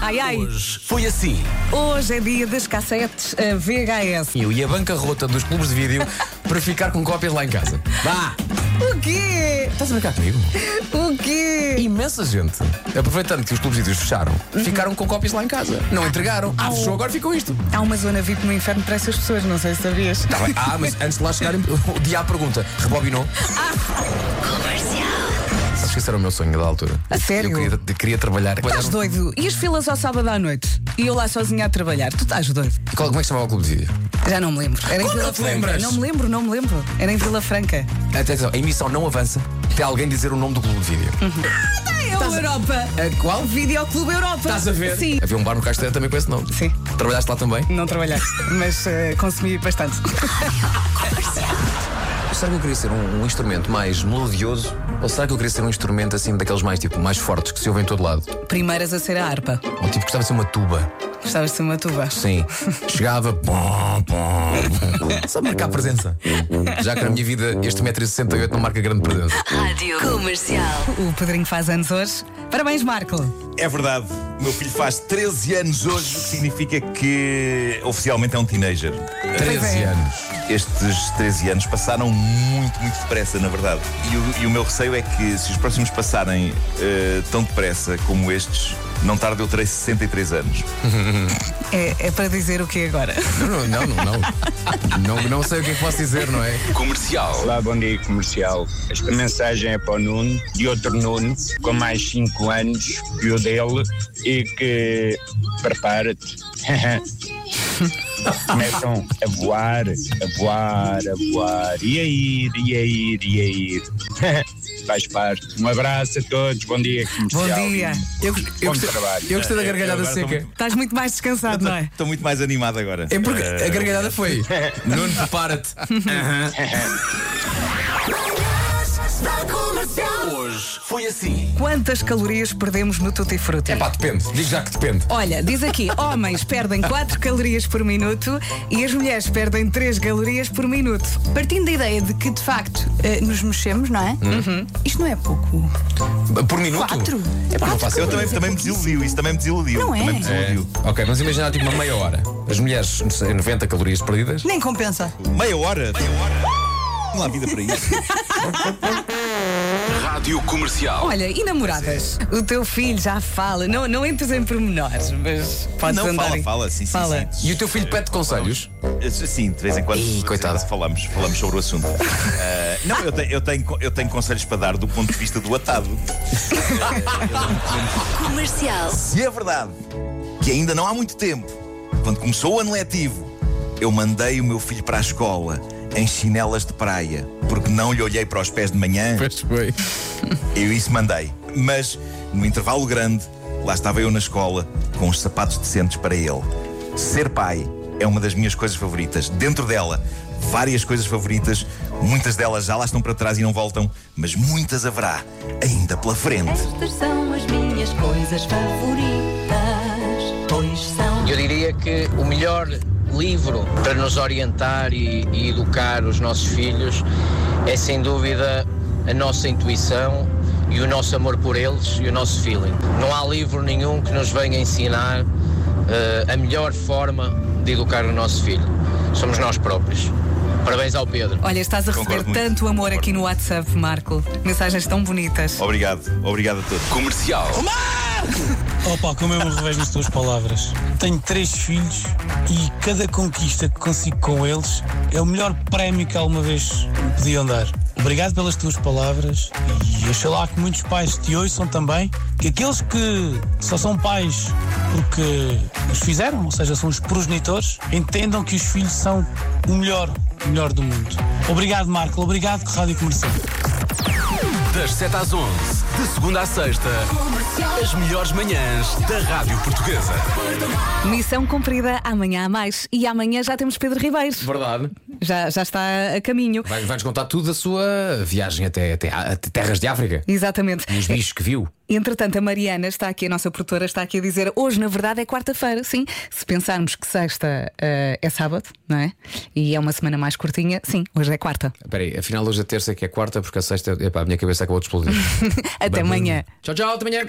Ai, ai. Hoje foi assim. Hoje é dia eh, das cassetes a VHS. Eu e a bancarrota dos clubes de vídeo para ficar com cópias lá em casa. Vá! O quê? Estás a brincar comigo? O quê? Imensa gente, aproveitando que os clubes de vídeos fecharam, ficaram com cópias lá em casa. Não entregaram. Ah, fechou, agora ficou isto. Há tá uma zona VIP no inferno para essas pessoas, não sei se sabias. Tá bem. Ah, mas antes de lá chegarem, o dia à pergunta. Rebobinou? Sabes que esse era o meu sonho da altura. A sério? Eu queria, eu queria trabalhar. Estás doido? E as filas ao sábado à noite? E eu lá sozinha a trabalhar. Tu estás doido? Qual, como é que se chamava o clube de vídeo? Já não me lembro. Era Como em Vila não te Franca. lembras? Não me lembro, não me lembro. Era em Vila Franca. Atenção, a emissão não avança até alguém dizer o nome do clube de vídeo. É o Europa. A qual? Videoclube Europa. Estás a ver? Sim. Havia um bar no Castelo também com esse nome. Sim. Trabalhaste lá também? Não trabalhaste, mas eh, consumi bastante. Será que eu queria ser um, um instrumento mais melodioso? Ou será que eu queria ser um instrumento assim daqueles mais tipo mais fortes que se ouvem em todo lado? Primeiras a ser a harpa. Ou tipo gostava de ser uma tuba? Gostavas de ser uma tuba. Sim. Chegava. pom, pom. Só marcar presença. Já que na minha vida este 1,68m não marca grande presença. Rádio Comercial. O Pedrinho faz anos hoje. Parabéns, Marco. É verdade. O meu filho faz 13 anos hoje, o que significa que oficialmente é um teenager. 13 é. anos. Estes 13 anos passaram muito, muito depressa, na verdade. E o, e o meu receio é que se os próximos passarem eh, tão depressa como estes, não tarde eu terei 63 anos. É, é para dizer o que agora? Não, não, não, não. Não, não sei o que é que posso dizer, não é? Olá, bom dia comercial. Esta mensagem é para o Nuno, de outro Nuno, com mais 5 anos que o dele, e que prepara-te. Começam a voar, a voar, a voar, e a ir, e a ir, e a ir. Faz parte. Um abraço a todos, bom dia comercial. Bom dia. Eu, eu, Bom gostei, trabalho. eu gostei da gargalhada Agora seca. estou- Estás muito mais descansado, não é? Estou muito mais animado agora. É porque Eh, a gargalhada foi. Nuno, prepara-te. Quantas calorias perdemos no Tutti Frutti? É pá, depende. Digo já que depende. Olha, diz aqui, homens perdem 4 calorias por minuto e as mulheres perdem 3 calorias por minuto. Partindo da ideia de que de facto eh, nos mexemos, não é? Isto não é pouco. Por minuto? Quatro. É pá, Quatro não faço Eu ideia. também, também me desiludiu, isso também me desiludiu. Não é? Também me desiludiu. Ok, vamos imaginar tipo uma meia hora. As mulheres, não sei, 90 calorias perdidas. Nem compensa. Meia hora? Meia hora? Não há vida para isso. Rádio Comercial. Olha, e namoradas? O teu filho já fala, não, não entres em pormenores, mas podes Não, andar. fala, em- fala, sim, sim, Fala. sim. E o teu filho pede conselhos? Sim, de vez em quando, Ih, de vez em coitado. quando falamos, falamos sobre o assunto. Ah, não, eu, te- eu tenho, co- eu tenho conselhos para dar do ponto de vista do atado. Comercial. Se é verdade que ainda não há muito tempo, quando começou o ano letivo, eu mandei o meu filho para a escola em chinelas de praia, porque não lhe olhei para os pés de manhã, Pois foi. eu isso mandei. Mas, no intervalo grande, lá estava eu na escola, com os sapatos decentes para ele. Ser pai é uma das minhas coisas favoritas. Dentro dela, várias coisas favoritas, muitas delas já lá estão para trás e não voltam, mas muitas haverá ainda pela frente. Estas são as minhas coisas favoritas, pois são. Eu diria que o melhor livro para nos orientar e, e educar os nossos filhos é sem dúvida a nossa intuição e o nosso amor por eles e o nosso feeling. Não há livro nenhum que nos venha ensinar eh, a melhor forma de educar o nosso filho. Somos nós próprios. Parabéns ao Pedro. Olha, estás a receber Concordo Oh. muito. tanto amor aqui no WhatsApp, Marco. Mensagens tão bonitas. Obrigado, obrigado a todos. Comercial. Opa, como eu me revejo nas tuas palavras. Tenho três filhos e cada conquista que consigo com eles é o melhor prémio que alguma vez me podiam dar. Obrigado pelas tuas palavras e oxalá que muitos pais te ouçam também. Que aqueles que só são pais porque os fizeram, ou seja, são os progenitores, entendam que os filhos são o melhor, o melhor do mundo. Obrigado, Marco. Obrigado, Rádio Comercial. Das 7 às 11, de segunda à sexta, as melhores manhãs da Rádio Portuguesa. Missão cumprida, amanhã há mais. E amanhã já temos Pedro Ribeiro. Verdade. Já, já está a caminho. Vai- Vai-nos contar tudo da sua viagem até, até, a- até terras de África. Exatamente. E os bichos que viu. Entretanto, a Mariana está aqui, a nossa produtora está aqui a dizer hoje, na verdade, é quarta-feira, sim. Se pensarmos que sexta eh, é sábado, não é? E é uma semana mais curtinha, sim, hoje é quarta. Espera aí, afinal hoje a terça é que é quarta, porque a sexta. Epá, a minha cabeça acabou de explodir. Até amanhã. Tchau, tchau, até amanhã.